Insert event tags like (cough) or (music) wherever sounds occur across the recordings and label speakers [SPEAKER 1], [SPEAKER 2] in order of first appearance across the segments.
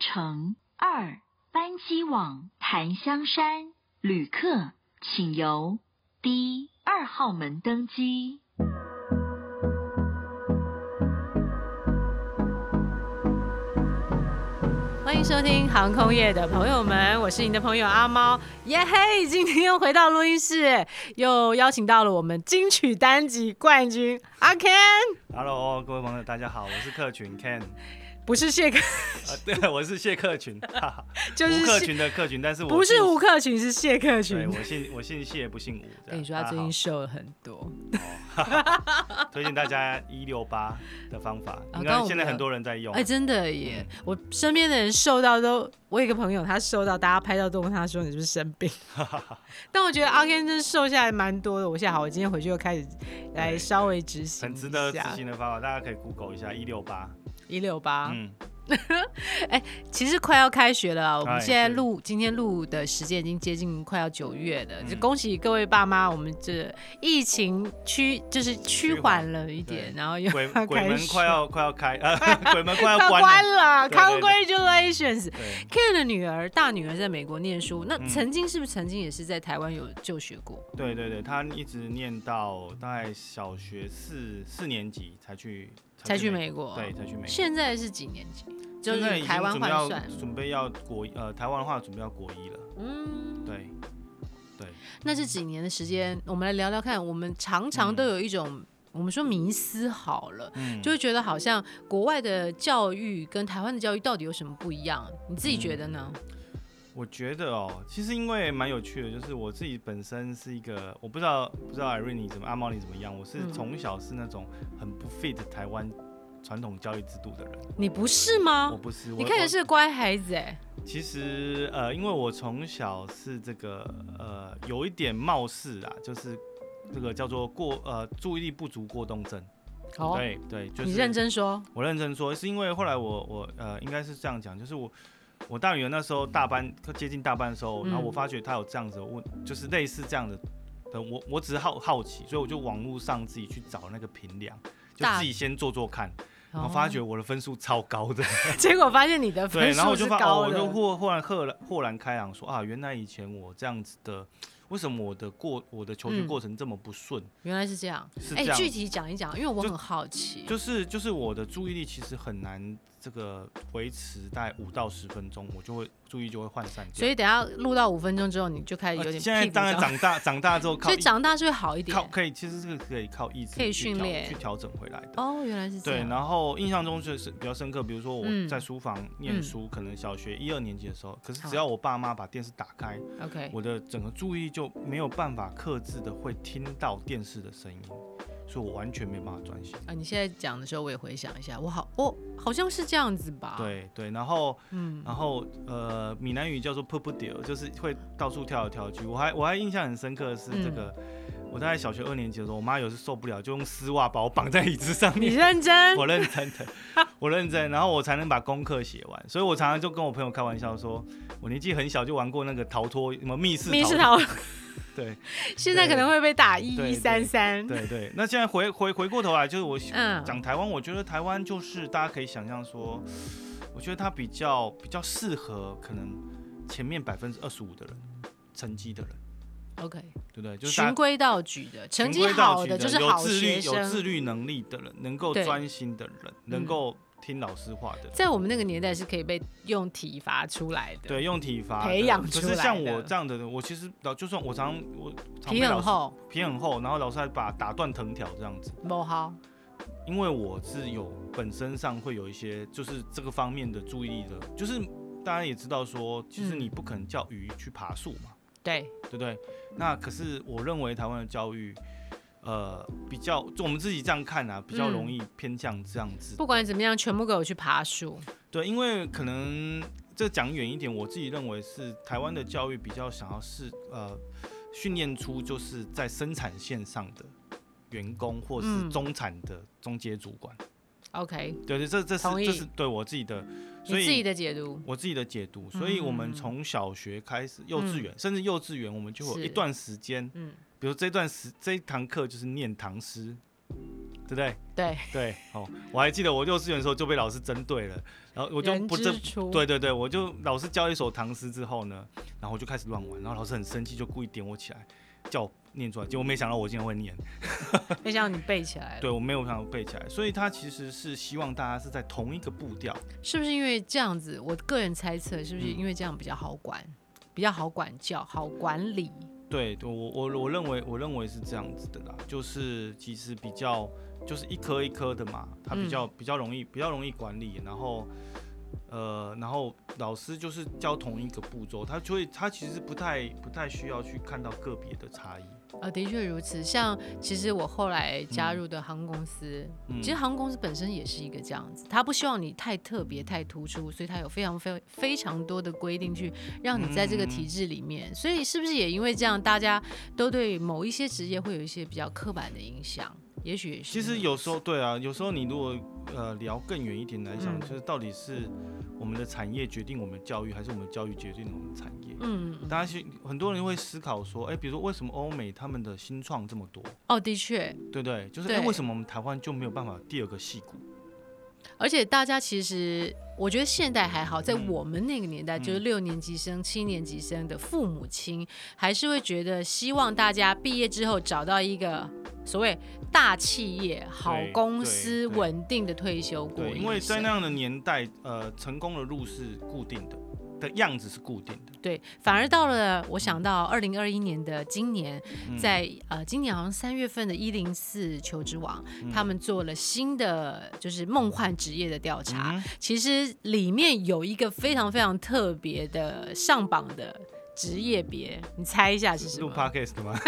[SPEAKER 1] 乘二班机往檀香山，旅客请由 D 二号门登机。
[SPEAKER 2] 欢迎收听航空业的朋友们，我是你的朋友阿猫，耶嘿！今天又回到录音室，又邀请到了我们金曲单集冠军阿 Ken，
[SPEAKER 3] Hello，各位网友，大家好，我是客
[SPEAKER 2] (laughs)
[SPEAKER 3] 群 Ken，
[SPEAKER 2] 不是谢
[SPEAKER 3] (laughs)
[SPEAKER 2] 克，
[SPEAKER 3] 呃，对，我是谢客群，哈哈，
[SPEAKER 2] 就是
[SPEAKER 3] 吴克
[SPEAKER 2] 谢
[SPEAKER 3] 群的客群，但是我
[SPEAKER 2] 不是
[SPEAKER 3] 姓
[SPEAKER 2] 吴，克群，是谢克群哎
[SPEAKER 3] 对。我姓我姓谢，不姓吴。这
[SPEAKER 2] 跟
[SPEAKER 3] 样
[SPEAKER 2] 你说，他
[SPEAKER 3] 大家
[SPEAKER 2] 最
[SPEAKER 3] 啊好
[SPEAKER 2] 近瘦了很多。
[SPEAKER 3] 推荐大家一六八的方法，
[SPEAKER 2] 啊
[SPEAKER 3] 应
[SPEAKER 2] 刚刚
[SPEAKER 3] 该
[SPEAKER 2] 我
[SPEAKER 3] 现在
[SPEAKER 2] 们
[SPEAKER 3] 很多人在用
[SPEAKER 2] 哎、。真的耶！我身边的人瘦到都，我有一个朋友，他瘦到大家拍照都问他说：“你是不是生病？”
[SPEAKER 3] (laughs)
[SPEAKER 2] 但我觉得阿 Ken 真的瘦下来蛮多的。我现在好，我今天回去又开始来稍微执行
[SPEAKER 3] 很值得执行的方法，大家可以 Google 一下一六八。
[SPEAKER 2] 一六八。 (laughs)
[SPEAKER 3] 嗯，
[SPEAKER 2] 其实快要开学了，我们
[SPEAKER 3] 哎
[SPEAKER 2] 现在
[SPEAKER 3] 是
[SPEAKER 2] 录今天录的时间已经接近快要九月了，就
[SPEAKER 3] 嗯
[SPEAKER 2] 恭喜各位爸妈，我们这疫情趋就是趋
[SPEAKER 3] 趋缓
[SPEAKER 2] 缓了一点，
[SPEAKER 3] 对
[SPEAKER 2] 然后又 (laughs)
[SPEAKER 3] 鬼
[SPEAKER 2] 要
[SPEAKER 3] 鬼
[SPEAKER 2] 开
[SPEAKER 3] 门
[SPEAKER 2] 始 (laughs)
[SPEAKER 3] 快要快要开，呃，鬼门快要
[SPEAKER 2] 快
[SPEAKER 3] 关
[SPEAKER 2] 关
[SPEAKER 3] 了。
[SPEAKER 2] 了
[SPEAKER 3] 对对对
[SPEAKER 2] ，Congratulations。
[SPEAKER 3] 对，
[SPEAKER 2] Ken 的女儿，大女儿在美国念书，那
[SPEAKER 3] 嗯
[SPEAKER 2] 曾经是不是曾经也是在台湾有就学过？
[SPEAKER 3] 对对对，他一直念到大概小学四四年级才去
[SPEAKER 2] 才去美国？
[SPEAKER 3] 对，才去美国。
[SPEAKER 2] 现在是几年级？就
[SPEAKER 3] 现在已
[SPEAKER 2] 是
[SPEAKER 3] 经
[SPEAKER 2] 台湾
[SPEAKER 3] 准备
[SPEAKER 2] 换
[SPEAKER 3] 要
[SPEAKER 2] 算。
[SPEAKER 3] 准备要国一呃台湾的话准备要国一了，
[SPEAKER 2] 嗯，
[SPEAKER 3] 对对，
[SPEAKER 2] 那是几年的时间？我们来聊聊看。我们常常
[SPEAKER 3] 嗯
[SPEAKER 2] 都有一种，我们说迷思好了。
[SPEAKER 3] 嗯，
[SPEAKER 2] 就会觉得好像国外的教育跟台湾的教育到底有什么不一样？啊你自己觉得呢？
[SPEAKER 3] 嗯我觉得哦，其实因为蛮有趣的，就是我自己本身是一个，我不知道不知道艾瑞你怎么阿猫你怎么样，我是
[SPEAKER 2] 嗯
[SPEAKER 3] 从小是那种很不 fit 台湾传统教育制度的人，
[SPEAKER 2] 你不是
[SPEAKER 3] 我
[SPEAKER 2] 吗？
[SPEAKER 3] 不是，
[SPEAKER 2] 哦你
[SPEAKER 3] 我
[SPEAKER 2] 看起来
[SPEAKER 3] 我
[SPEAKER 2] 是个乖孩子哎、
[SPEAKER 3] 其实呃，因为我从小是这个呃有一点冒失啊，就是这个叫做过呃注意力不足过动症，
[SPEAKER 2] 好、
[SPEAKER 3] 对对，就是
[SPEAKER 2] 哦你认真说，
[SPEAKER 3] 我认真说，是因为后来我我呃，应该是这样讲，就是我我大女儿那时候大班接近大班的时候，
[SPEAKER 2] 嗯
[SPEAKER 3] 然后我发觉她有这样子的问，就是类似这样的，的我我只是好好奇，所以我就网络上自己去找那个评量，就
[SPEAKER 2] 大哦
[SPEAKER 3] 自己先做做看，然后发觉我的分数超高的，
[SPEAKER 2] (laughs) 结果发现你的
[SPEAKER 3] 对，
[SPEAKER 2] (laughs) 分
[SPEAKER 3] 然后
[SPEAKER 2] 数
[SPEAKER 3] 我
[SPEAKER 2] 是
[SPEAKER 3] 就发哦，
[SPEAKER 2] 高
[SPEAKER 3] 我
[SPEAKER 2] 的，
[SPEAKER 3] 就豁豁然豁然豁然开朗说啊，原来以前我这样子的，为什么我的过我的求学
[SPEAKER 2] 嗯
[SPEAKER 3] 过程这么不顺？
[SPEAKER 2] 原来是这样。
[SPEAKER 3] 是
[SPEAKER 2] 哎、
[SPEAKER 3] 这样
[SPEAKER 2] 具体讲一讲，因为我
[SPEAKER 3] 就
[SPEAKER 2] 很好奇。
[SPEAKER 3] 就是就是我的注意力其实很难这个维持大概五到十分钟，我就会注意就会涣散掉。
[SPEAKER 2] 所以等一下录到五分钟之后，你就开始有点
[SPEAKER 3] 呃
[SPEAKER 2] 屁股
[SPEAKER 3] 现在当然
[SPEAKER 2] 胀
[SPEAKER 3] 长大长大之后靠
[SPEAKER 2] 所以
[SPEAKER 3] 意
[SPEAKER 2] 长大是会好一点
[SPEAKER 3] 靠。可以，其实这个可以靠意志
[SPEAKER 2] 可以
[SPEAKER 3] 去
[SPEAKER 2] 训
[SPEAKER 3] 调
[SPEAKER 2] 练
[SPEAKER 3] 去调整回来的。
[SPEAKER 2] 哦，原来是这
[SPEAKER 3] 对，
[SPEAKER 2] 样。
[SPEAKER 3] 然后印象中就是比较深刻，比如说我
[SPEAKER 2] 嗯
[SPEAKER 3] 在书房
[SPEAKER 2] 嗯
[SPEAKER 3] 念书，可能小学一二年级的时候，可是
[SPEAKER 2] 好
[SPEAKER 3] 只要我爸妈把电视打开，
[SPEAKER 2] OK，
[SPEAKER 3] 我的整个注意就没有办法克制的会听到电视的声音，所以我完全没办法专心。
[SPEAKER 2] 啊，你现在讲的时候，我也回想一下，我好，我好像是这样子吧？，
[SPEAKER 3] 对对，然后
[SPEAKER 2] 啊嗯，
[SPEAKER 3] 然后呃，闽南语叫做 p u p d i l 就是会到处跳来跳去。我还我还印象很深刻的是这个，
[SPEAKER 2] 嗯
[SPEAKER 3] 我大概小学二年级的时候，我妈有时受不了，就用丝袜把我绑在椅子上
[SPEAKER 2] 你
[SPEAKER 3] 面。
[SPEAKER 2] 认真。
[SPEAKER 3] (laughs) 我认真的，我认真，然后我才能把功课写完。所以我常常就跟我朋友开玩笑说，我年纪很小就玩过那个逃脱什么密室逃
[SPEAKER 2] 密室
[SPEAKER 3] 脱。
[SPEAKER 2] 逃
[SPEAKER 3] 对
[SPEAKER 2] 现在可能会被打一
[SPEAKER 3] 对
[SPEAKER 2] 一三三。
[SPEAKER 3] 对对，那现在回回回过头来，就是我
[SPEAKER 2] 嗯，
[SPEAKER 3] 讲台湾，我觉得台湾就是大家可以想象说，我觉得它比较比较适合可能前面百分之二十五的人成绩的人，
[SPEAKER 2] OK，
[SPEAKER 3] 对不对？就是大
[SPEAKER 2] 循
[SPEAKER 3] 家
[SPEAKER 2] 规蹈矩的，成绩
[SPEAKER 3] 循规蹈
[SPEAKER 2] 好
[SPEAKER 3] 矩
[SPEAKER 2] 的
[SPEAKER 3] 的
[SPEAKER 2] 就是
[SPEAKER 3] 有
[SPEAKER 2] 好
[SPEAKER 3] 自
[SPEAKER 2] 学
[SPEAKER 3] 律、有自
[SPEAKER 2] 生。
[SPEAKER 3] 律能力的人，能够
[SPEAKER 2] 对嗯
[SPEAKER 3] 专心的人，能够听老师话的人。
[SPEAKER 2] 在我们那个年代是可以被用体罚出来的，，
[SPEAKER 3] 对，用体罚的
[SPEAKER 2] 培养
[SPEAKER 3] 可
[SPEAKER 2] 出来
[SPEAKER 3] 是像
[SPEAKER 2] 的
[SPEAKER 3] 我这样的人，我其实老就算我常我常
[SPEAKER 2] 皮
[SPEAKER 3] 被老
[SPEAKER 2] 很
[SPEAKER 3] 师，
[SPEAKER 2] 厚，
[SPEAKER 3] 皮很厚，然后老师还把打断藤条这样子。
[SPEAKER 2] 不好。
[SPEAKER 3] 因为我是有本身上会有一些就是这个方面的注意力的，就是大家也知道说，其实
[SPEAKER 2] 嗯
[SPEAKER 3] 你不可能叫鱼去爬树嘛，
[SPEAKER 2] 对，
[SPEAKER 3] 对不对？那可是我认为台湾的教育，呃，比较就我们自己这样看啊，比较容易偏向这样子。
[SPEAKER 2] 不管怎么样，全部给我去爬树。
[SPEAKER 3] 对，因为可能这讲远一点，我自己认为是台湾的教育比较想要是呃训练出就是在生产线上的员工或是
[SPEAKER 2] 嗯
[SPEAKER 3] 中产的中阶主管。
[SPEAKER 2] OK，
[SPEAKER 3] 对对，这这是
[SPEAKER 2] 同意
[SPEAKER 3] 这是对我自己的，
[SPEAKER 2] 你
[SPEAKER 3] 所
[SPEAKER 2] 自己
[SPEAKER 3] 以
[SPEAKER 2] 的解读。
[SPEAKER 3] 我自己的解读，所以我
[SPEAKER 2] 嗯
[SPEAKER 3] 们从小学开始，幼稚园、甚至幼稚园，我们就有
[SPEAKER 2] 是
[SPEAKER 3] 一段时间，
[SPEAKER 2] 嗯，
[SPEAKER 3] 比如这段时这一堂课就是念唐诗，对不对？
[SPEAKER 2] 对，
[SPEAKER 3] 对，哦，我还记得我幼稚园的时候就被老师针对了，然后我
[SPEAKER 2] 我
[SPEAKER 3] 就不
[SPEAKER 2] 知
[SPEAKER 3] 这，
[SPEAKER 2] 出，
[SPEAKER 3] 对对对，我就老师教一首唐诗之后呢，然后我就开始乱玩，然后老师很生气，就故意点我起来，叫我念出来，结果没想到我竟然会念，
[SPEAKER 2] 呃没想到你背起来了，
[SPEAKER 3] 对我没有想到背起来，所以他其实是希望大家是在同一个步调，
[SPEAKER 2] 是不是因为这样子？我个人猜测，是不是
[SPEAKER 3] 嗯
[SPEAKER 2] 因为这样比较好管，比较好管教，好管理？
[SPEAKER 3] 对我我我认为我认为是这样子的啦，就是其实比较就是一颗一颗的嘛，它
[SPEAKER 2] 嗯
[SPEAKER 3] 比较、比较容易比较容易管理，然后呃，然后老师就是教同一个步骤，他所以他其实不太不太需要去看到个别的差异。
[SPEAKER 2] 呃，的确如此。像其实我后来加入的航空公司，
[SPEAKER 3] 嗯
[SPEAKER 2] 其实航空公司本身也是一个这样子，它不希望你太特别、太突出，所以它有非常非非常多的规定去让你在这个体
[SPEAKER 3] 嗯
[SPEAKER 2] 制里面。所以是不是也因为这样，大家都对某一些职业会有一些比较刻板的影响？也许也是
[SPEAKER 3] 其实
[SPEAKER 2] 因为
[SPEAKER 3] 有时候对啊，有时候你如果呃聊更远一点来讲，
[SPEAKER 2] 嗯
[SPEAKER 3] 就是到底是我们的产业决定我们的教育，还是我们的教育决定我们的产业？
[SPEAKER 2] 嗯，嗯嗯
[SPEAKER 3] 大家去很多人会思考说，哎、比如说为什么欧美他们的新创这么多？
[SPEAKER 2] 哦，的确，
[SPEAKER 3] 对不对，就是
[SPEAKER 2] 对
[SPEAKER 3] 哎，为什么我们台湾就没有办法有第二个戏骨？
[SPEAKER 2] 而且大家其实，我觉得现代还好，在
[SPEAKER 3] 嗯
[SPEAKER 2] 我们那个年代，就是六年级生、七年级生的父母亲，还是会觉得希望大家毕业之后找到一个所谓大企业、好公司、
[SPEAKER 3] 对对
[SPEAKER 2] 稳定的退休过一
[SPEAKER 3] 对，
[SPEAKER 2] 生。
[SPEAKER 3] 因为在那样的年代，呃，成功的路是固定的，的样子是固定的。
[SPEAKER 2] 对，反而到了我想到二零二一年的今年，
[SPEAKER 3] 嗯
[SPEAKER 2] 在呃今年好像三月份的一零四求职网，
[SPEAKER 3] 嗯
[SPEAKER 2] 他们做了新的就是梦幻职业的调查。
[SPEAKER 3] 嗯
[SPEAKER 2] 其实里面有一个非常非常特别的上榜的职业别，你猜一下是什
[SPEAKER 3] 录
[SPEAKER 2] 么？
[SPEAKER 3] podcast
[SPEAKER 2] (laughs)
[SPEAKER 3] 的吗？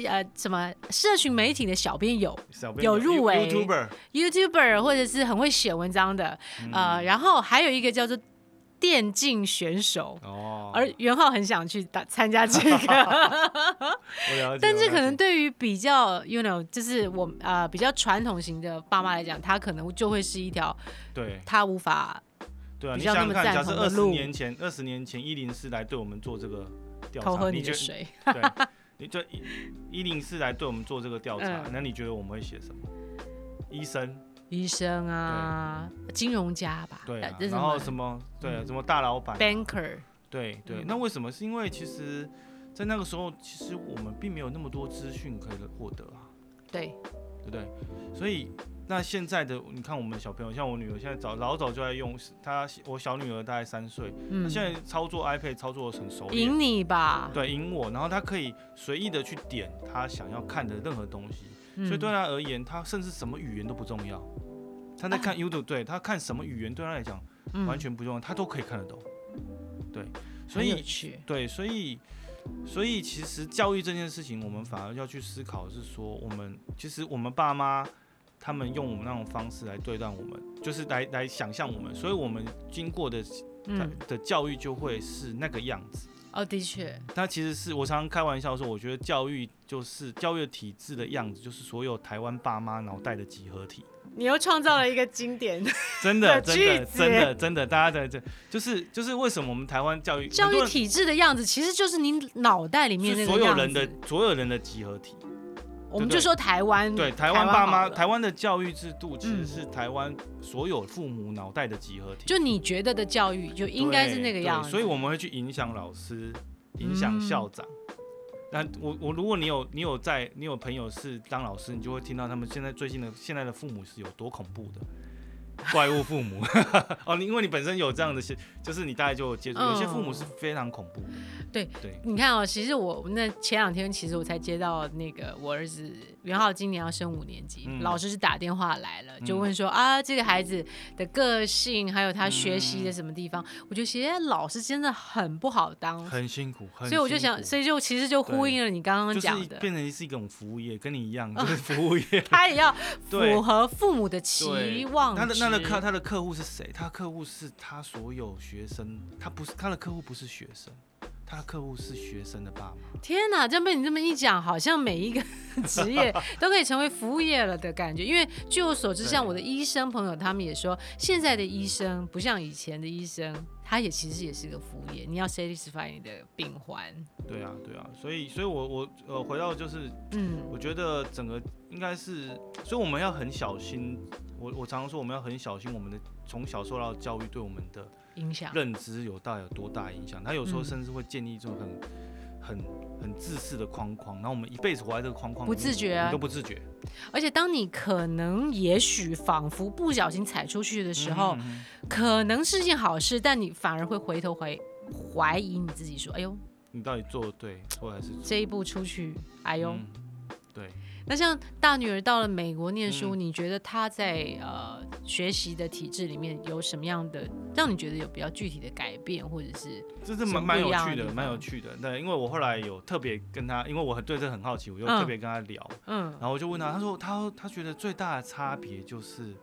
[SPEAKER 2] 呃，什么社群媒体的小编有
[SPEAKER 3] 小编
[SPEAKER 2] 有入围
[SPEAKER 3] YouTuber，
[SPEAKER 2] YouTuber 或者是很会写文章的，
[SPEAKER 3] 嗯
[SPEAKER 2] 呃，然后还有一个叫做电竞选手。
[SPEAKER 3] 哦，
[SPEAKER 2] 而袁浩很想去打参加这
[SPEAKER 3] (laughs)
[SPEAKER 2] 个，
[SPEAKER 3] 我了解
[SPEAKER 2] 但这可
[SPEAKER 3] 我
[SPEAKER 2] 能
[SPEAKER 3] 了解
[SPEAKER 2] 对于比较，you know，就是我呃比较传统型的爸妈来讲，他可能就会是一条
[SPEAKER 3] 对
[SPEAKER 2] 他无法
[SPEAKER 3] 对啊，
[SPEAKER 2] 比
[SPEAKER 3] 你
[SPEAKER 2] 较
[SPEAKER 3] 想
[SPEAKER 2] 那么
[SPEAKER 3] 想看，
[SPEAKER 2] 赞
[SPEAKER 3] 假设
[SPEAKER 2] 同的
[SPEAKER 3] 二十
[SPEAKER 2] 路
[SPEAKER 3] 年前，二十年前一零四来对我们做这个调
[SPEAKER 2] 偷
[SPEAKER 3] 查，
[SPEAKER 2] 喝
[SPEAKER 3] 你
[SPEAKER 2] 你
[SPEAKER 3] 觉
[SPEAKER 2] 的
[SPEAKER 3] 得
[SPEAKER 2] 水。
[SPEAKER 3] 对？
[SPEAKER 2] (laughs)
[SPEAKER 3] 你这一零四来对我们做这个调查，
[SPEAKER 2] 嗯
[SPEAKER 3] 那你觉得我们会写什么？医生，
[SPEAKER 2] 医生啊，金融家吧，
[SPEAKER 3] 对、
[SPEAKER 2] 呃
[SPEAKER 3] 啊，
[SPEAKER 2] 这是
[SPEAKER 3] 然后
[SPEAKER 2] 什
[SPEAKER 3] 什
[SPEAKER 2] 么
[SPEAKER 3] 么，对啊，
[SPEAKER 2] 嗯
[SPEAKER 3] 什么大老板啊
[SPEAKER 2] banker，
[SPEAKER 3] 对对，
[SPEAKER 2] 嗯
[SPEAKER 3] 那为什么？是因为其实，在那个时候，其实我们并没有那么多资讯可以获得啊，
[SPEAKER 2] 对，
[SPEAKER 3] 对不对？所以，那现在的你看，我们小朋友，像我女儿，现在早老早就在用，她我小女儿大概三岁，她
[SPEAKER 2] 嗯，
[SPEAKER 3] 现在操作 iPad 操作的很熟练，
[SPEAKER 2] 赢你吧，
[SPEAKER 3] 对，赢我，然后她可以随意的去点她想要看的任何东西，
[SPEAKER 2] 嗯
[SPEAKER 3] 所以对她而言，她甚至什么语言都不重要，她在看
[SPEAKER 2] 啊
[SPEAKER 3] YouTube，、对她看什么语言对她来讲完、全不重要，她都可以看得懂，对，
[SPEAKER 2] 嗯
[SPEAKER 3] 所
[SPEAKER 2] 很
[SPEAKER 3] 以
[SPEAKER 2] 有趣，
[SPEAKER 3] 对，所以所以其实教育这件事情，我们反而要去思考，是说我们其实我们爸妈他们用我们那种方式来对待我们，就是来来想象我们，所以我们经过的、
[SPEAKER 2] 嗯，
[SPEAKER 3] 的教育就会是那个样子。
[SPEAKER 2] 哦，的确，
[SPEAKER 3] 那其实是我常常开玩笑说，我觉得教育就是教育的体制的样子，就是所有台湾爸妈脑袋的集合体。
[SPEAKER 2] 你又创造了一个经典
[SPEAKER 3] 真
[SPEAKER 2] 的
[SPEAKER 3] 的，真
[SPEAKER 2] 句
[SPEAKER 3] 的，
[SPEAKER 2] 子
[SPEAKER 3] 真的，真的，大家在这就是就是为什么我们台湾教育
[SPEAKER 2] 教
[SPEAKER 3] 很多
[SPEAKER 2] 育
[SPEAKER 3] 人
[SPEAKER 2] 体制的样子，其实就是你脑袋里面那
[SPEAKER 3] 是
[SPEAKER 2] 个
[SPEAKER 3] 所有
[SPEAKER 2] 样
[SPEAKER 3] 人的
[SPEAKER 2] 子
[SPEAKER 3] 所有人的集合体。
[SPEAKER 2] 我们
[SPEAKER 3] 对
[SPEAKER 2] 就
[SPEAKER 3] 对
[SPEAKER 2] 说嗯台湾，
[SPEAKER 3] 对，台湾爸
[SPEAKER 2] 好
[SPEAKER 3] 妈，
[SPEAKER 2] 了
[SPEAKER 3] 台湾的教育制度其
[SPEAKER 2] 嗯
[SPEAKER 3] 实是台湾所有父母脑袋的集合体，
[SPEAKER 2] 就你觉得的教育就应该是那个
[SPEAKER 3] 对
[SPEAKER 2] 样子，
[SPEAKER 3] 对所以我们会去影响老师，影响校长。那我我，如果你有你有在你有朋友是当老师，你就会听到他们现在最近的现在的父母是有多恐怖的，怪物父母 (laughs) 哦，你因为你本身有这样的
[SPEAKER 2] 嗯
[SPEAKER 3] 些，就是你大概就有接触，有些父母是非常恐怖的，
[SPEAKER 2] 对
[SPEAKER 3] 对，
[SPEAKER 2] 你看哦，其实我那前两天，其实我才接到那个我儿子袁浩今年要升五年级，
[SPEAKER 3] 嗯
[SPEAKER 2] 老师是打电话来了，就
[SPEAKER 3] 嗯
[SPEAKER 2] 问说、啊，这个孩子的个性，还有他学习的什么地方，我觉得其实老师真的很不好当，
[SPEAKER 3] 嗯很辛苦，很
[SPEAKER 2] 所以我就想，
[SPEAKER 3] 辛苦
[SPEAKER 2] 所以就其实就呼应了你刚刚
[SPEAKER 3] 就是
[SPEAKER 2] 讲的，哦
[SPEAKER 3] 变成是一种服务业，跟你一样，就是服务业。
[SPEAKER 2] 他也要
[SPEAKER 3] 对
[SPEAKER 2] 符合父母的期
[SPEAKER 3] 对
[SPEAKER 2] 望值，
[SPEAKER 3] 他的他的客他的客户是谁？他的客户是他所有学生，他不是他的客户不是学生，他的客户是学生的爸妈。
[SPEAKER 2] 天哪，这样被你这么一讲，好像每一个 (laughs) 职
[SPEAKER 3] (laughs)
[SPEAKER 2] 业都可以成为服务业了的感觉。因为据我所知，
[SPEAKER 3] 对
[SPEAKER 2] 像我的医生朋友，他们也说，现在的医生不像以前的医生，它也其实也是个服务业，你要 satisfy 你的病患。
[SPEAKER 3] 对啊，对啊，所以，所以我我呃，回到就是，
[SPEAKER 2] 嗯
[SPEAKER 3] 我觉得整个应该是，所以我们要很小心。我我常常说，我们要很小心我们的从小受到的教育对我们的
[SPEAKER 2] 影响。
[SPEAKER 3] 认知有大有多大影响。他有时候
[SPEAKER 2] 嗯
[SPEAKER 3] 甚至会建立这种很很很自私的框框，然后我们一辈子活在这个框框里
[SPEAKER 2] 不
[SPEAKER 3] 面，
[SPEAKER 2] 自觉
[SPEAKER 3] 我
[SPEAKER 2] 啊
[SPEAKER 3] 们都不自觉
[SPEAKER 2] 而且当你可能、也许、仿佛不小心踩出去的时候，
[SPEAKER 3] 嗯嗯
[SPEAKER 2] 可能是件好事，但你反而会回头怀怀疑你自己，说：“哎呦，
[SPEAKER 3] 你到底做得对，或者是
[SPEAKER 2] 这一步出去，哎
[SPEAKER 3] 哎
[SPEAKER 2] 呦。
[SPEAKER 3] 对，
[SPEAKER 2] 那像大女儿到了美国念书，
[SPEAKER 3] 嗯
[SPEAKER 2] 你觉得她在呃学习的体制里面有什么样的让你觉得有比较具体的改变，或者是
[SPEAKER 3] 这是
[SPEAKER 2] 什么
[SPEAKER 3] 蛮
[SPEAKER 2] 不
[SPEAKER 3] 蛮有
[SPEAKER 2] 一样的
[SPEAKER 3] 趣
[SPEAKER 2] 地
[SPEAKER 3] 的，
[SPEAKER 2] 方
[SPEAKER 3] 蛮有趣的。对，因为我后来有特别跟他，因为我很对这很好奇，我就
[SPEAKER 2] 嗯
[SPEAKER 3] 特别跟他聊，
[SPEAKER 2] 嗯
[SPEAKER 3] 然后我就问他，他说他他觉得最大的差别就是，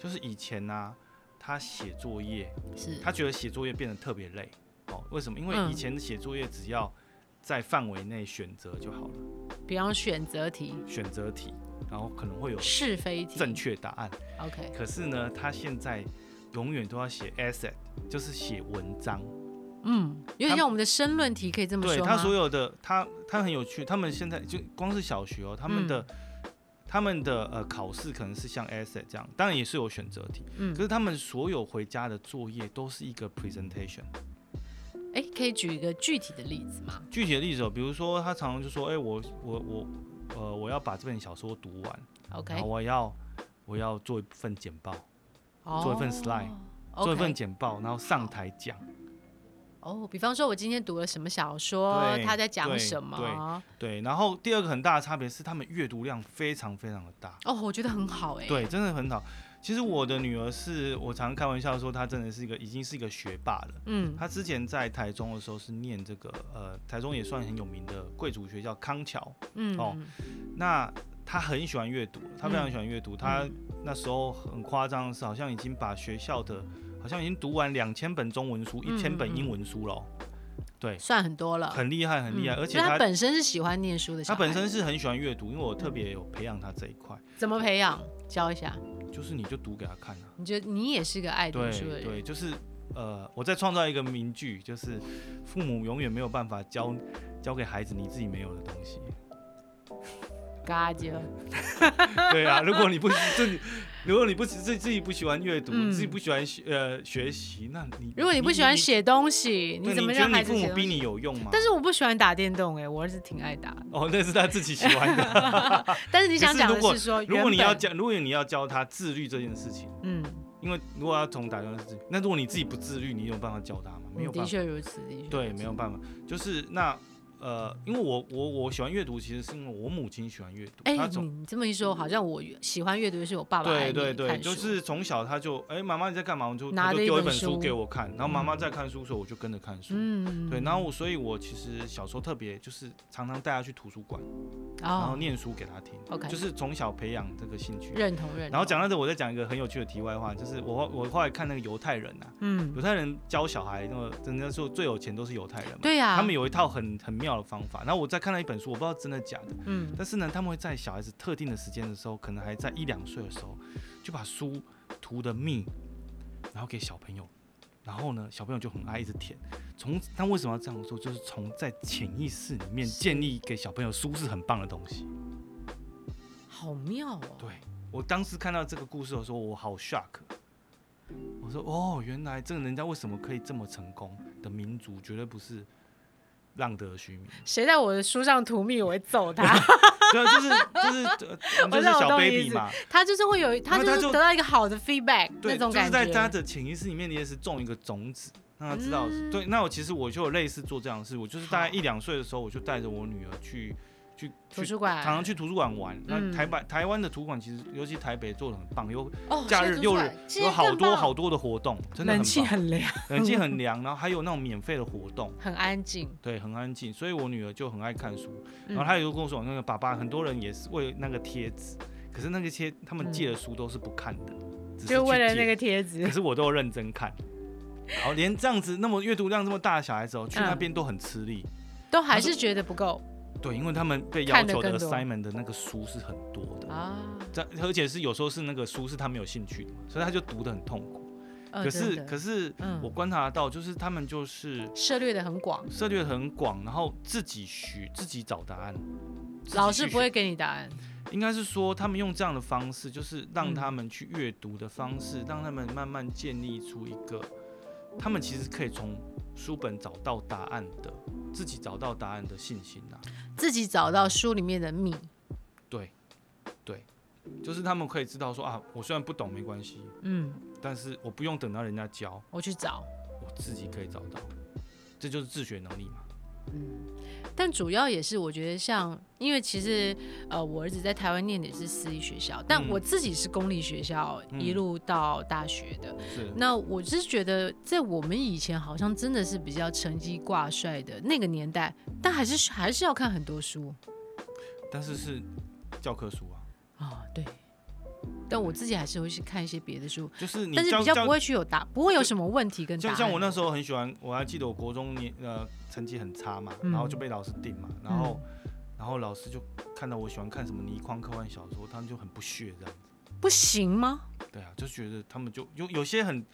[SPEAKER 3] 就是以前呢、他写作业，
[SPEAKER 2] 是
[SPEAKER 3] 他觉得写作业变得特别累。哦，为什么？因为
[SPEAKER 2] 嗯
[SPEAKER 3] 以前的写作业只要在范围内选择就好了，
[SPEAKER 2] 比方选择题、
[SPEAKER 3] 选择题，然后可能会有
[SPEAKER 2] 是非题、
[SPEAKER 3] 正确答案。
[SPEAKER 2] OK
[SPEAKER 3] 可是呢，他现在永远都要写 essay，就是写文章。
[SPEAKER 2] 嗯，有点
[SPEAKER 3] 他
[SPEAKER 2] 像我们的申论题，可以这么
[SPEAKER 3] 对
[SPEAKER 2] 说
[SPEAKER 3] 他
[SPEAKER 2] 吗？
[SPEAKER 3] 所有的他他很有趣，他们现在就光是小学哦，他
[SPEAKER 2] 嗯
[SPEAKER 3] 们的、他们的呃考试可能是像 essay 这样，当然也是有选择题，
[SPEAKER 2] 嗯
[SPEAKER 3] 可是他们所有回家的作业都是一个 presentation。
[SPEAKER 2] 哎，可以举一个具体的例子吗？
[SPEAKER 3] 具体的例子、哦，比如说他常常就说，哎、我我我呃我要把这本小说读完，
[SPEAKER 2] OK，
[SPEAKER 3] 然后我要我要做一份简报，做一份 slide，
[SPEAKER 2] 哦
[SPEAKER 3] 做一份
[SPEAKER 2] OK
[SPEAKER 3] 简报，然后上台讲。
[SPEAKER 2] 哦，比方说我今天读了什么小说，
[SPEAKER 3] 对
[SPEAKER 2] 他在讲
[SPEAKER 3] 对
[SPEAKER 2] 什么？
[SPEAKER 3] 对，然后第二个很大的差别是，他们阅读量非常非常的大。
[SPEAKER 2] 哦，我觉得很好哎。
[SPEAKER 3] 对，真的很好。其实我的女儿是我常开玩笑说，她真的是一个已经是一个学霸了。
[SPEAKER 2] 嗯，
[SPEAKER 3] 她之前在台中的时候是念这个呃，台中也算很有名的贵族学校康桥。
[SPEAKER 2] 嗯
[SPEAKER 3] 哦那她很喜欢阅读，她非常喜欢阅读。她
[SPEAKER 2] 嗯
[SPEAKER 3] 那时候很夸张的是，好像已经把学校的，好像已经读完两千本中文书，一千
[SPEAKER 2] 嗯嗯
[SPEAKER 3] 本
[SPEAKER 2] 嗯
[SPEAKER 3] 英文书了哦。对，
[SPEAKER 2] 算很多了，
[SPEAKER 3] 很厉害，很厉害。
[SPEAKER 2] 嗯
[SPEAKER 3] 而且
[SPEAKER 2] 所以他
[SPEAKER 3] 她
[SPEAKER 2] 本身是喜欢念书的小
[SPEAKER 3] 她
[SPEAKER 2] 孩，
[SPEAKER 3] 本身是很喜欢阅读，因为我特别有培养她这一块，
[SPEAKER 2] 怎么培养？教一下，
[SPEAKER 3] 就是你就读给她看啊。
[SPEAKER 2] 你觉得你也是个爱读
[SPEAKER 3] 对
[SPEAKER 2] 书的人，
[SPEAKER 3] 对，就是呃，我再创造一个名句，就是父母永远没有办法教教给孩子你自己没有的东西。
[SPEAKER 2] 嘎就
[SPEAKER 3] 对啊，如果你不自己，如果你不自自己不喜欢阅读，
[SPEAKER 2] 嗯
[SPEAKER 3] 自己不喜欢学呃学习，那你
[SPEAKER 2] 如果你不喜欢，写东西，
[SPEAKER 3] 对
[SPEAKER 2] 怎么
[SPEAKER 3] 你觉
[SPEAKER 2] 让
[SPEAKER 3] 得
[SPEAKER 2] 孩
[SPEAKER 3] 你
[SPEAKER 2] 子
[SPEAKER 3] 父
[SPEAKER 2] 写
[SPEAKER 3] 母
[SPEAKER 2] 东
[SPEAKER 3] 逼
[SPEAKER 2] 西？
[SPEAKER 3] 你有用吗？
[SPEAKER 2] 但是我不喜欢打电动、哎，我儿子挺爱打的。
[SPEAKER 3] 哦，那是他自己喜欢的。
[SPEAKER 2] 但是你想
[SPEAKER 3] 可是
[SPEAKER 2] 讲的
[SPEAKER 3] 如果
[SPEAKER 2] 是说，
[SPEAKER 3] 如果
[SPEAKER 2] (laughs)
[SPEAKER 3] 你
[SPEAKER 2] 原
[SPEAKER 3] 要
[SPEAKER 2] 本，
[SPEAKER 3] 教，如果你要教他自律这件事情，
[SPEAKER 2] 嗯，
[SPEAKER 3] 因为如果要从打电话自律，那如果你自己不自律，你有办法教他吗？没有
[SPEAKER 2] 嗯
[SPEAKER 3] 办
[SPEAKER 2] 的
[SPEAKER 3] 法。
[SPEAKER 2] 确如此，的确
[SPEAKER 3] 对，
[SPEAKER 2] 如
[SPEAKER 3] 没
[SPEAKER 2] 此
[SPEAKER 3] 有办法，就是那呃，因为我我我喜欢阅读，其实是因为我母亲喜欢阅读，
[SPEAKER 2] 哎、
[SPEAKER 3] 她
[SPEAKER 2] 你
[SPEAKER 3] 从
[SPEAKER 2] 你这么一说，好像我喜欢阅读的是我爸爸爱
[SPEAKER 3] 对
[SPEAKER 2] 你
[SPEAKER 3] 对对，
[SPEAKER 2] 看
[SPEAKER 3] 就
[SPEAKER 2] 书
[SPEAKER 3] 是从小她就哎妈妈你在干嘛，我就
[SPEAKER 2] 拿
[SPEAKER 3] 她就
[SPEAKER 2] 着一
[SPEAKER 3] 丢一
[SPEAKER 2] 本
[SPEAKER 3] 本书
[SPEAKER 2] 书
[SPEAKER 3] 给我看，然后妈妈
[SPEAKER 2] 嗯
[SPEAKER 3] 在看书的时候我就跟着看书。
[SPEAKER 2] 嗯，
[SPEAKER 3] 对，然后我，所以我其实小时候特别就是常常带她去图书馆，然后
[SPEAKER 2] 哦，
[SPEAKER 3] 念书给她听
[SPEAKER 2] OK
[SPEAKER 3] 就是从小培养这个兴趣。
[SPEAKER 2] 认同认同，
[SPEAKER 3] 然后讲到这，我再讲一个很有趣的题外话，就是我后我后来看那个犹太人啊，
[SPEAKER 2] 嗯
[SPEAKER 3] 犹，太人教小孩，那个人家说最有钱都是犹太人嘛，
[SPEAKER 2] 对呀、
[SPEAKER 3] 他们有一套很很妙的方法。然后我在看到一本书，我不知道真的假的，
[SPEAKER 2] 嗯
[SPEAKER 3] 但是呢，他们会在小孩子特定的时间的时候，可能还在一两岁的时候，就把书涂的蜜，然后给小朋友，然后呢，小朋友就很爱一直舔。从他为什么要这样做？就是从在潜意识里面建立给小朋友书是很棒的东西。
[SPEAKER 2] 好妙哦，
[SPEAKER 3] 对我当时看到这个故事的时候，我好 shock。我说哦，原来这个人家为什么可以这么成功的民族，绝对不是浪得虚名。
[SPEAKER 2] 谁在我的书上涂蜜，我会揍他。
[SPEAKER 3] (laughs) 对啊，就是就是呃
[SPEAKER 2] 我
[SPEAKER 3] 就是
[SPEAKER 2] 哦懂我
[SPEAKER 3] 小
[SPEAKER 2] 懂你
[SPEAKER 3] baby
[SPEAKER 2] 意思
[SPEAKER 3] 嘛，
[SPEAKER 2] 他就是会有，他
[SPEAKER 3] 因为
[SPEAKER 2] 就
[SPEAKER 3] 他
[SPEAKER 2] 是
[SPEAKER 3] 就
[SPEAKER 2] 得到一个好的 feedback
[SPEAKER 3] 对，
[SPEAKER 2] 那种
[SPEAKER 3] 就是
[SPEAKER 2] 感
[SPEAKER 3] 在他
[SPEAKER 2] 觉。
[SPEAKER 3] 的潜意识里面，你也是种一个种子，让他知道是。
[SPEAKER 2] 嗯
[SPEAKER 3] 对，那我其实我就有类似做这样的事，我就是大概
[SPEAKER 2] 好
[SPEAKER 3] 一两岁的时候，我就带着我女儿去去
[SPEAKER 2] 图
[SPEAKER 3] 去
[SPEAKER 2] 书馆
[SPEAKER 3] 常常去图书馆玩。
[SPEAKER 2] 哎嗯
[SPEAKER 3] 那台北台湾的图书馆其实，尤其台北做的很棒，有
[SPEAKER 2] 哦
[SPEAKER 3] 假日六日有好多好
[SPEAKER 2] 多，
[SPEAKER 3] 多的活动，真的
[SPEAKER 2] 冷
[SPEAKER 3] 很
[SPEAKER 2] 气
[SPEAKER 3] 棒，
[SPEAKER 2] 很
[SPEAKER 3] (laughs)
[SPEAKER 2] 凉，
[SPEAKER 3] 冷气很凉，然后还有那种免费的活动。
[SPEAKER 2] 很安静。
[SPEAKER 3] 对，很安静，所以我女儿就很爱看书。然后
[SPEAKER 2] 嗯
[SPEAKER 3] 她也就跟我说，那个爸爸，很多人也是为了那个贴纸，可是那个贴他们借的书都是不看的，只
[SPEAKER 2] 嗯
[SPEAKER 3] 是
[SPEAKER 2] 就
[SPEAKER 3] 去
[SPEAKER 2] 为了
[SPEAKER 3] 借
[SPEAKER 2] 那个贴纸
[SPEAKER 3] (laughs) 可，是我都有认真看。然后连这样子那么阅读量这么大的小孩子哦，去
[SPEAKER 2] 嗯
[SPEAKER 3] 那边都很吃力。
[SPEAKER 2] 都还是觉得不够
[SPEAKER 3] 对，因为他们被要
[SPEAKER 2] 看得
[SPEAKER 3] 求的
[SPEAKER 2] 更多
[SPEAKER 3] assignment 的那个书是很多的，
[SPEAKER 2] 啊。
[SPEAKER 3] 这而且是有时候是那个书是他没有兴趣的嘛，所以他就读得很痛苦。
[SPEAKER 2] 呃
[SPEAKER 3] 可是
[SPEAKER 2] 真的
[SPEAKER 3] 可是
[SPEAKER 2] 嗯
[SPEAKER 3] 我观察到，就是他们就是
[SPEAKER 2] 涉猎的很广，
[SPEAKER 3] 涉猎很广，然后自己学自己找答案。自己
[SPEAKER 2] 老师
[SPEAKER 3] 去
[SPEAKER 2] 不会
[SPEAKER 3] 学，
[SPEAKER 2] 给你答案。
[SPEAKER 3] 应该是说他们用这样的方式，就是让
[SPEAKER 2] 嗯
[SPEAKER 3] 他们去阅读的方式，让他们慢慢建立出一个，他们其实可以从书本找到答案的，自己找到答案的信心呐、
[SPEAKER 2] 自己找到书里面的秘，
[SPEAKER 3] 对，对，就是他们可以知道说啊，我虽然不懂没关系，
[SPEAKER 2] 嗯，
[SPEAKER 3] 但是我不用等到人家教，
[SPEAKER 2] 我去找。
[SPEAKER 3] 我自己可以找到，这就是自学能力嘛。
[SPEAKER 2] 但主要也是我觉得像，因为其实呃，我儿子在台湾念的也是私立学校，但
[SPEAKER 3] 嗯
[SPEAKER 2] 我自己是公立学校
[SPEAKER 3] 嗯
[SPEAKER 2] 一路到大学的。
[SPEAKER 3] 是，
[SPEAKER 2] 那我是觉得，在我们以前好像真的是比较成绩挂帅的那个年代，但还是还是要看很多书
[SPEAKER 3] 但是是教科书啊，
[SPEAKER 2] 啊、对。但我自己还是会去看一些别的书，
[SPEAKER 3] 就是你
[SPEAKER 2] 但是
[SPEAKER 3] 教
[SPEAKER 2] 比较
[SPEAKER 3] 教
[SPEAKER 2] 不会去有答，不会有什么问题跟答
[SPEAKER 3] 像
[SPEAKER 2] 案。
[SPEAKER 3] 像我那时候很喜欢，我还记得我国中年呃成绩很差嘛，然后就
[SPEAKER 2] 嗯
[SPEAKER 3] 被老师定嘛，然后、然后老师就看到我喜欢看什么倪匡科幻小说，他们就很不屑这样子。
[SPEAKER 2] 不行吗？
[SPEAKER 3] 对啊，就觉得他们就有有些很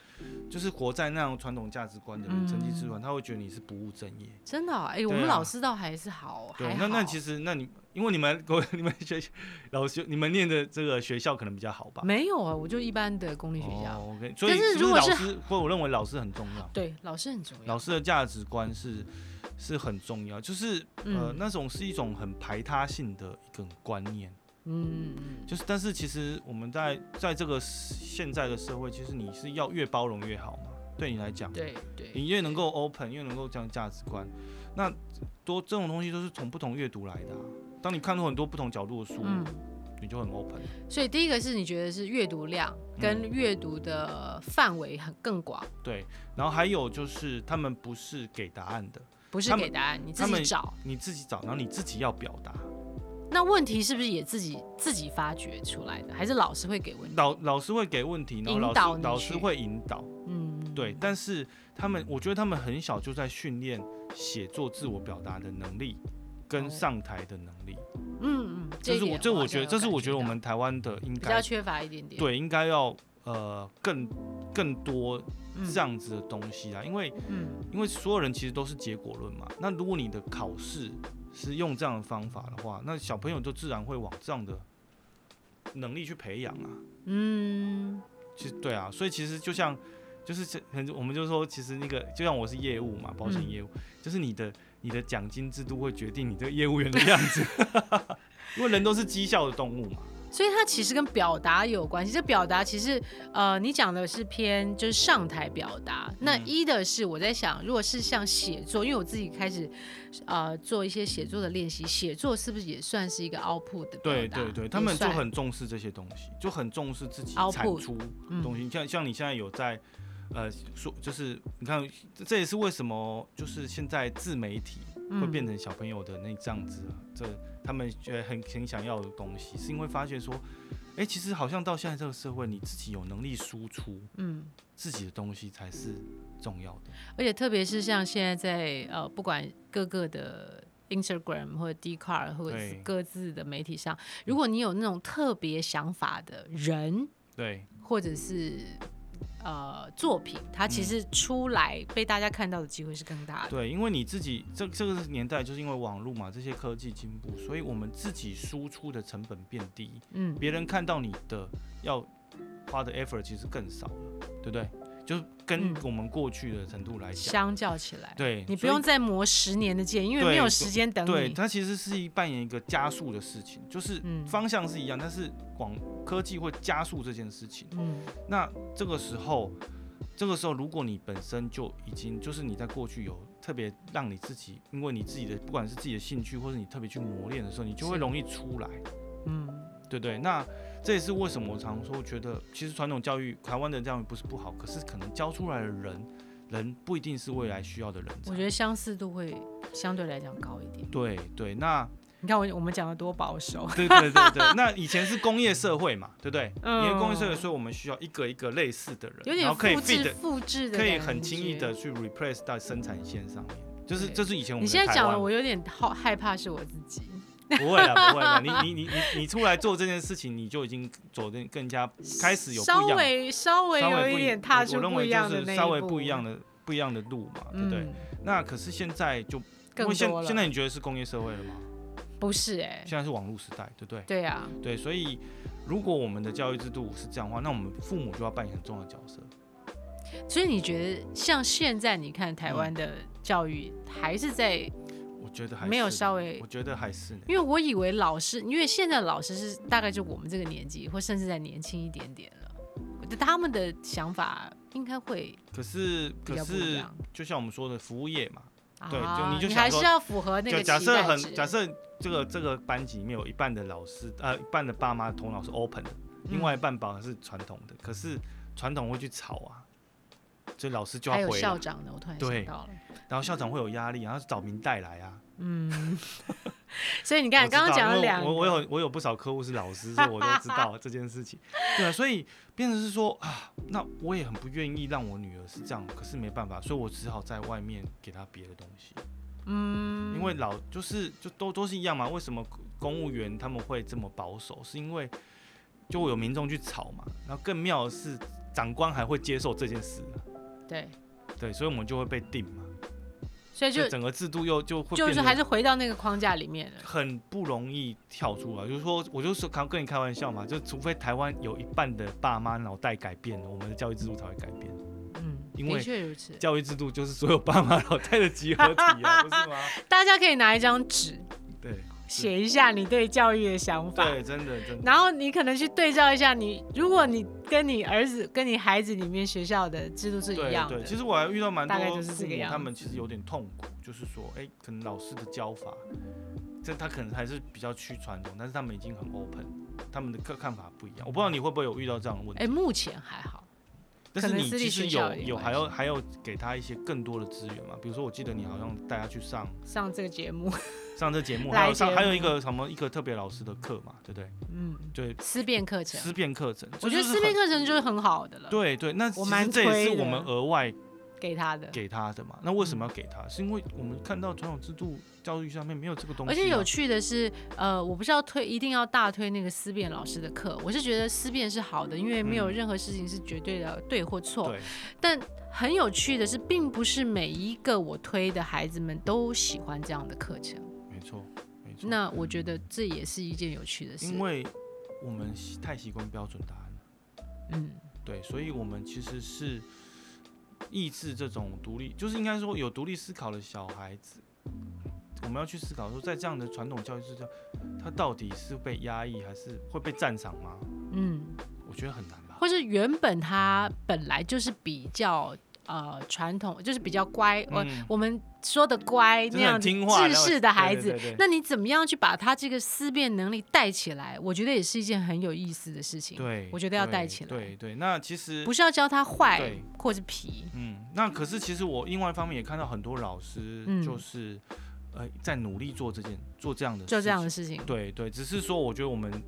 [SPEAKER 3] 就是活在那样传统价值观的人，成绩之
[SPEAKER 2] 嗯
[SPEAKER 3] 乱，他会觉得你是不务正业。
[SPEAKER 2] 真的、哦，哎、我
[SPEAKER 3] 对
[SPEAKER 2] 们
[SPEAKER 3] 啊
[SPEAKER 2] 老师倒还是好，
[SPEAKER 3] 对
[SPEAKER 2] 还，好。
[SPEAKER 3] 那那其实那你因为你们 (laughs) 你们学老师你们念的这个学校可能比较好吧？
[SPEAKER 2] 没有啊，我就一般的公立学校。
[SPEAKER 3] 哦，OK，所以
[SPEAKER 2] 但是
[SPEAKER 3] 是不
[SPEAKER 2] 如
[SPEAKER 3] 是
[SPEAKER 2] 果
[SPEAKER 3] 老
[SPEAKER 2] 是
[SPEAKER 3] 师，或我认为老师很重要。
[SPEAKER 2] 对，老师很重要。
[SPEAKER 3] 老师的价值观是是很重要，就是呃、
[SPEAKER 2] 嗯
[SPEAKER 3] 那种是一种很排他性的一个观念，
[SPEAKER 2] 嗯，
[SPEAKER 3] 就是但是其实我们在在这个现在的社会，其实你是要越包容越好嘛，对你来讲，
[SPEAKER 2] 对对，
[SPEAKER 3] 你越能够 open，越能够讲价值观，那多这种东西都是从不同阅读来的啊、当你看到很多不同角度的书，
[SPEAKER 2] 嗯，
[SPEAKER 3] 你就很 open。
[SPEAKER 2] 所以第一个是你觉得是阅读量
[SPEAKER 3] 嗯
[SPEAKER 2] 跟阅读的范围很更广，
[SPEAKER 3] 对，然后还有就是他们不是给答案的，
[SPEAKER 2] 不是
[SPEAKER 3] 他们
[SPEAKER 2] 给答案，你自
[SPEAKER 3] 他
[SPEAKER 2] 己
[SPEAKER 3] 们
[SPEAKER 2] 找。
[SPEAKER 3] 你自己找，然后你自己要表达。
[SPEAKER 2] 那问题是不是也自己自己发掘出来的，还是老师会给问题？
[SPEAKER 3] 老老师会给问题，然后
[SPEAKER 2] 引
[SPEAKER 3] 老
[SPEAKER 2] 导
[SPEAKER 3] 师
[SPEAKER 2] 你
[SPEAKER 3] 老
[SPEAKER 2] 去
[SPEAKER 3] 师会引导，
[SPEAKER 2] 嗯，
[SPEAKER 3] 对。但是他们，我觉得他们很小就在训练写作、自我表达的能力，
[SPEAKER 2] 哦
[SPEAKER 3] 跟上台的能力。
[SPEAKER 2] 嗯嗯，一
[SPEAKER 3] 这是我
[SPEAKER 2] 点
[SPEAKER 3] 这
[SPEAKER 2] 好
[SPEAKER 3] 我
[SPEAKER 2] 像
[SPEAKER 3] 觉得
[SPEAKER 2] 有
[SPEAKER 3] 这是
[SPEAKER 2] 感
[SPEAKER 3] 我觉得我
[SPEAKER 2] 到
[SPEAKER 3] 们台湾的应
[SPEAKER 2] 比较
[SPEAKER 3] 该
[SPEAKER 2] 缺乏一点点。，
[SPEAKER 3] 对应该要呃更更多
[SPEAKER 2] 嗯
[SPEAKER 3] 这，样子的东西啦，因为
[SPEAKER 2] 嗯
[SPEAKER 3] 因为所有人其实都是结果论嘛。那如果你的考试是用这样的方法的话，那小朋友就自然会往这样的能力去培养啊。
[SPEAKER 2] 嗯，
[SPEAKER 3] 其实对啊，所以其实就像就是这很，我们就说，其实那个就像我是业务嘛，保险
[SPEAKER 2] 嗯
[SPEAKER 3] 业务，就是你的你的奖金制度会决定你这个业务员的样子， (laughs) 因为人都是绩效的动物嘛。
[SPEAKER 2] 所以它其实跟表达有关系。这表达其实，呃，你讲的是偏就是上台表达。
[SPEAKER 3] 嗯
[SPEAKER 2] 那一的是我在想，如果是像写作，因为我自己开始，呃，做一些写作的练习，写作是不是也算是一个 output 的表
[SPEAKER 3] 对
[SPEAKER 2] 达
[SPEAKER 3] 对对，
[SPEAKER 2] 嗯啊也
[SPEAKER 3] 他们就
[SPEAKER 2] 算
[SPEAKER 3] 很重视这些东西，就很重视自己
[SPEAKER 2] Output，嗯
[SPEAKER 3] 产出东西。像像你现在有在呃说，就是你看，这这也是为什么就是现在自媒体
[SPEAKER 2] 嗯
[SPEAKER 3] 会变、成小朋友的那这样子啊，这他们觉得很很想要的东西，是因为发觉说，哎、其实好像到现在这个社会，你自己有能力输出
[SPEAKER 2] 嗯。嗯
[SPEAKER 3] 自己的东西才是重要的。
[SPEAKER 2] 而且特别是像现在在呃，不管各个的 Instagram 或者 d c a r 或者是
[SPEAKER 3] 对
[SPEAKER 2] 各自的媒体上，如果你有那种特别想法的人
[SPEAKER 3] 对，
[SPEAKER 2] 或者是呃作品，它其
[SPEAKER 3] 嗯
[SPEAKER 2] 实出来被大家看到的机会是更大的。
[SPEAKER 3] 对，因为你自己这这个年代，就是因为网络嘛，这些科技进步，所以我们自己输出的成本变低，
[SPEAKER 2] 嗯，
[SPEAKER 3] 别人看到你的要花的 effort 其实更少了，对不对？就是跟
[SPEAKER 2] 嗯
[SPEAKER 3] 我们过去的程度来讲，
[SPEAKER 2] 相较起来，
[SPEAKER 3] 对，
[SPEAKER 2] 你不
[SPEAKER 3] 所以
[SPEAKER 2] 用再磨十年的剑，因为
[SPEAKER 3] 对
[SPEAKER 2] 没有时间等
[SPEAKER 3] 对，
[SPEAKER 2] 你。
[SPEAKER 3] 它其实是一扮演一个加速的事情，就是
[SPEAKER 2] 嗯
[SPEAKER 3] 方向是一样，但是广科技会加速这件事情。
[SPEAKER 2] 嗯
[SPEAKER 3] 那这个时候，这个时候如果你本身就已经就是你在过去有特别让你自己，因为你自己的不管是自己的兴趣，或是你特别去磨练的时候，你就是会容易出来，
[SPEAKER 2] 嗯，
[SPEAKER 3] 对不对？那这也是为什么我常说，觉得其实传统教育，台湾的教育不是不好，可是可能教出来的人，人不一定是未来需要的人才。
[SPEAKER 2] 我觉得相似度会相对来讲高一点。
[SPEAKER 3] 对对，那
[SPEAKER 2] 你看我我们讲的多保守， (laughs)
[SPEAKER 3] 对对对对，那以前是工业社会嘛，对不对？
[SPEAKER 2] 嗯
[SPEAKER 3] 因为工业社会，所以我们需要一个一个类似的人，
[SPEAKER 2] 有
[SPEAKER 3] 然
[SPEAKER 2] 点
[SPEAKER 3] 后可以
[SPEAKER 2] 复
[SPEAKER 3] fit，
[SPEAKER 2] 制复制的，
[SPEAKER 3] 可以很轻易的。去 replace 到生产线上面，就是
[SPEAKER 2] 对
[SPEAKER 3] 这是以前我
[SPEAKER 2] 你
[SPEAKER 3] 们
[SPEAKER 2] 现在
[SPEAKER 3] 的台
[SPEAKER 2] 讲
[SPEAKER 3] 湾
[SPEAKER 2] 了，我有点好害怕是我自己。
[SPEAKER 3] 不会啦，不会啦，你你你你你出来做这件事情，你就已经走的更加开始有不
[SPEAKER 2] 稍
[SPEAKER 3] 一样，
[SPEAKER 2] 微稍微
[SPEAKER 3] 稍
[SPEAKER 2] 有
[SPEAKER 3] 微
[SPEAKER 2] 一
[SPEAKER 3] 不
[SPEAKER 2] 点踏出
[SPEAKER 3] 我认
[SPEAKER 2] 不
[SPEAKER 3] 为
[SPEAKER 2] 一样的
[SPEAKER 3] 就
[SPEAKER 2] 那
[SPEAKER 3] 是稍微
[SPEAKER 2] 步
[SPEAKER 3] 不一样，的不一样的路嘛，对不对？
[SPEAKER 2] 嗯，
[SPEAKER 3] 那可是现在就因
[SPEAKER 2] 更
[SPEAKER 3] 为现
[SPEAKER 2] 多了。
[SPEAKER 3] 现在你觉得是工业社会了吗？
[SPEAKER 2] 不是哎、
[SPEAKER 3] 现在是网络时代，对不对？
[SPEAKER 2] 对啊，
[SPEAKER 3] 对，所以如果我们的教育制度是这样的话，那我们父母就要扮演很重要的角色。
[SPEAKER 2] 所以你觉得像现在你看
[SPEAKER 3] 嗯
[SPEAKER 2] 台湾的教育还是在，
[SPEAKER 3] 我觉得还是
[SPEAKER 2] 没有
[SPEAKER 3] 呢
[SPEAKER 2] 稍微
[SPEAKER 3] 我觉得还是呢
[SPEAKER 2] 因为我以为老师，因为现在老师是大概就我们这个年纪，或甚至再年轻一点点了，我觉得他们的想法应该会
[SPEAKER 3] 可是
[SPEAKER 2] 比
[SPEAKER 3] 可
[SPEAKER 2] 较不一
[SPEAKER 3] 是
[SPEAKER 2] 样，
[SPEAKER 3] 就像我们说的服务业嘛，对就
[SPEAKER 2] 啊，
[SPEAKER 3] 你就想
[SPEAKER 2] 还
[SPEAKER 3] 说
[SPEAKER 2] 是要符合那
[SPEAKER 3] 就
[SPEAKER 2] 个
[SPEAKER 3] 假
[SPEAKER 2] 期
[SPEAKER 3] 设
[SPEAKER 2] 待
[SPEAKER 3] 很
[SPEAKER 2] 值
[SPEAKER 3] 假设这个这个班级里面有一半的老师呃一半的爸妈头脑是 open 的，
[SPEAKER 2] 嗯
[SPEAKER 3] 另外一半爸是传统的，可是传统会去吵啊，所以老师就
[SPEAKER 2] 还
[SPEAKER 3] 要
[SPEAKER 2] 有
[SPEAKER 3] 回
[SPEAKER 2] 校
[SPEAKER 3] 来，
[SPEAKER 2] 长呢，我突然
[SPEAKER 3] 对
[SPEAKER 2] 想到了，
[SPEAKER 3] 然后校长会有压力，然后找明代来啊。
[SPEAKER 2] 嗯，所以你
[SPEAKER 3] 我
[SPEAKER 2] 看
[SPEAKER 3] 知道
[SPEAKER 2] 刚刚讲了
[SPEAKER 3] 因为
[SPEAKER 2] 两个，
[SPEAKER 3] 我我有我有不少客户是老师，所以我都知道这件事情。 (laughs) 对啊，所以变成是说啊，那我也很不愿意让我女儿是这样，可是没办法，所以我只好在外面给她别的东西。
[SPEAKER 2] 嗯，
[SPEAKER 3] 因为老就是就都都是一样嘛。为什么公务员他们会这么保守？是因为就有民众去吵嘛。然后更妙的是，长官还会接受这件事、啊，
[SPEAKER 2] 对，
[SPEAKER 3] 对，所以我们就会被定嘛。
[SPEAKER 2] 所以
[SPEAKER 3] 所
[SPEAKER 2] 就
[SPEAKER 3] 以整个制度又就会
[SPEAKER 2] 就
[SPEAKER 3] 变
[SPEAKER 2] 是
[SPEAKER 3] 得
[SPEAKER 2] 还是回到那个框架里面了。
[SPEAKER 3] 很不容易跳出来。就是说，我就说刚跟你开玩笑嘛，就除非台湾有一半的爸妈脑袋改变了，我们的教育制度才会改变。
[SPEAKER 2] 嗯，
[SPEAKER 3] 因为
[SPEAKER 2] 的确如此。
[SPEAKER 3] 教育制度就是所有爸妈脑袋的集合体
[SPEAKER 2] (laughs)
[SPEAKER 3] 啊，不是吗？
[SPEAKER 2] 大家可以拿一张纸
[SPEAKER 3] 对
[SPEAKER 2] 写一下你对教育的想法，
[SPEAKER 3] 对，真的真的。
[SPEAKER 2] 然后你可能去对照一下你，如果你跟你儿子跟你孩子里面学校的制度是
[SPEAKER 3] 对
[SPEAKER 2] 一样的，
[SPEAKER 3] 对，其实我还遇到蛮多
[SPEAKER 2] 大概
[SPEAKER 3] 父
[SPEAKER 2] 就是这个
[SPEAKER 3] 母，
[SPEAKER 2] 样
[SPEAKER 3] 他们其实有点痛苦，就是说，哎、可能老师的教法，这他可能还是比较趋传统，但是他们已经很 open，他们的看看法不一样。我不知道你会不会有遇到这样的问题，
[SPEAKER 2] 哎，目前还好，
[SPEAKER 3] 但是
[SPEAKER 2] 可能
[SPEAKER 3] 你
[SPEAKER 2] 私立
[SPEAKER 3] 其实
[SPEAKER 2] 学校
[SPEAKER 3] 有
[SPEAKER 2] 也
[SPEAKER 3] 有
[SPEAKER 2] 关
[SPEAKER 3] 还
[SPEAKER 2] 系
[SPEAKER 3] 要还要给他一些更多的资源嘛，比如说我记得你好像带他去上
[SPEAKER 2] 上这个节目，
[SPEAKER 3] 上这节目，
[SPEAKER 2] 来
[SPEAKER 3] 还有上
[SPEAKER 2] 节
[SPEAKER 3] 还有
[SPEAKER 2] 目
[SPEAKER 3] 一个什么一个特别老师的课嘛，对不对？
[SPEAKER 2] 嗯，
[SPEAKER 3] 对，
[SPEAKER 2] 思辨课程，
[SPEAKER 3] 思辨课程，
[SPEAKER 2] 我
[SPEAKER 3] 这
[SPEAKER 2] 觉得
[SPEAKER 3] 就是
[SPEAKER 2] 思辨
[SPEAKER 3] 很
[SPEAKER 2] 课程就是很好的了，
[SPEAKER 3] 对对，那其实
[SPEAKER 2] 蛮
[SPEAKER 3] 这也
[SPEAKER 2] 推
[SPEAKER 3] 是我
[SPEAKER 2] 的嗯
[SPEAKER 3] 们额外
[SPEAKER 2] 给他的。
[SPEAKER 3] 给他的嘛。那为什么要给他？是因为我们看到传统制度教育上面没有这个东西、
[SPEAKER 2] 而且有，趣的是，呃，我不是要推，一定要大推那个思辨老师的课。我是觉得思辨是好的，因为没有
[SPEAKER 3] 嗯
[SPEAKER 2] 任何事情是绝对的对或错。
[SPEAKER 3] 对
[SPEAKER 2] 但很有趣的是，并不是每一个我推的孩子们都喜欢这样的课程。
[SPEAKER 3] 没错，没错。
[SPEAKER 2] 那我觉得这也是一件有趣的事。
[SPEAKER 3] 因为我们习太习惯标准答案了，
[SPEAKER 2] 嗯，
[SPEAKER 3] 对，所以我们其实是抑制这种独立，就是应该说有独立思考的小孩子，我们要去思考说，在这样的传统教育之下，他到底是被压抑还是会被赞赏吗？
[SPEAKER 2] 嗯，
[SPEAKER 3] 我觉得很难吧。
[SPEAKER 2] 或是原本他本来就是比较呃传统，就是比较乖，呃我、
[SPEAKER 3] 嗯
[SPEAKER 2] 我们说的乖
[SPEAKER 3] 就是
[SPEAKER 2] 那样
[SPEAKER 3] 很
[SPEAKER 2] 子
[SPEAKER 3] 听话
[SPEAKER 2] 治世的孩子
[SPEAKER 3] 对对对对
[SPEAKER 2] 那你怎么样去把他这个思辨能力带起来？我觉得也是一件很有意思的事情。
[SPEAKER 3] 对，
[SPEAKER 2] 我觉得要
[SPEAKER 3] 对
[SPEAKER 2] 带起来
[SPEAKER 3] 对对，那其实
[SPEAKER 2] 不是要教他坏
[SPEAKER 3] 对
[SPEAKER 2] 或是皮，
[SPEAKER 3] 嗯，那可是其实我另外一方面也看到很多老师
[SPEAKER 2] 嗯
[SPEAKER 3] 就是、呃在努力做这件做这样的
[SPEAKER 2] 就这样的
[SPEAKER 3] 事
[SPEAKER 2] 事情
[SPEAKER 3] 情。。对对，只是说我觉得我们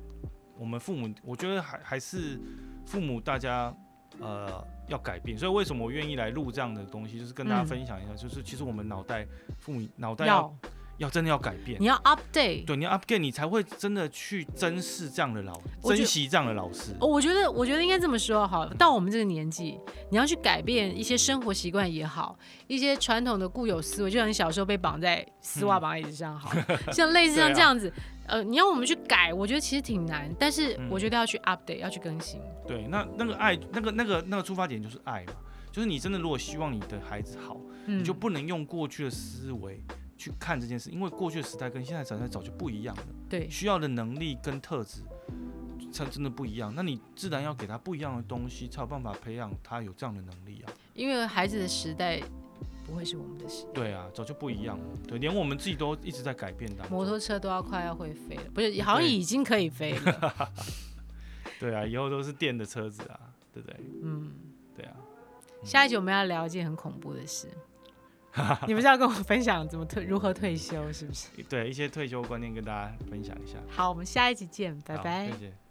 [SPEAKER 3] 我们父母，我觉得还还是父母大家呃要改变。所以为什么我愿意来录这样的东西，就是跟大家
[SPEAKER 2] 嗯
[SPEAKER 3] 分享一下，就是其实我们脑袋父母脑袋要
[SPEAKER 2] 要
[SPEAKER 3] 要真的要改变
[SPEAKER 2] 你。要 update，
[SPEAKER 3] 对，你要 upgrade，你才会真的去珍视这样的老，
[SPEAKER 2] 我觉得
[SPEAKER 3] 珍惜这样的老师。
[SPEAKER 2] 哦我觉得，我觉得应该这么说哈。到我们这个年纪，你要去改变一些生活习惯也好，一些传统的固有思维，就像你小时候被绑在丝袜绑在椅子上
[SPEAKER 3] (laughs)
[SPEAKER 2] 好，
[SPEAKER 3] 啊
[SPEAKER 2] 像类似像这样子，呃，你要我们去改，我觉得其实挺难，但是
[SPEAKER 3] 嗯
[SPEAKER 2] 我觉得要去 update，、要去更新。
[SPEAKER 3] 对，那那个爱，那个那个那个出发点就是爱嘛，就是你真的如果希望你的孩子好，
[SPEAKER 2] 嗯
[SPEAKER 3] 你就不能用过去的思维去看这件事，因为过去的时代跟现在时代早就不一样了，
[SPEAKER 2] 对，
[SPEAKER 3] 需要的能力跟特质，它真的不一样。那你自然要给他不一样的东西，才有办法培养他有这样的能力啊。
[SPEAKER 2] 因为孩子的时代不会是我们的时代，
[SPEAKER 3] 对啊，早就不一样了。对，连我们自己都一直在改变的。
[SPEAKER 2] 摩托车都要快要会飞了，不是，好像
[SPEAKER 3] 对
[SPEAKER 2] 已经可以飞 (laughs) 了。
[SPEAKER 3] 对啊，以后都是电的车子啊，对不对？
[SPEAKER 2] 嗯，
[SPEAKER 3] 对啊，
[SPEAKER 2] 下一集我们要聊一件很恐怖的事。 (laughs) 你不是要跟我分享怎么退如何退休是不是？
[SPEAKER 3] 啊对一些退休观念跟大家分享一下。
[SPEAKER 2] 好，我们下一集见，拜
[SPEAKER 3] 好
[SPEAKER 2] 拜
[SPEAKER 3] 谢。谢。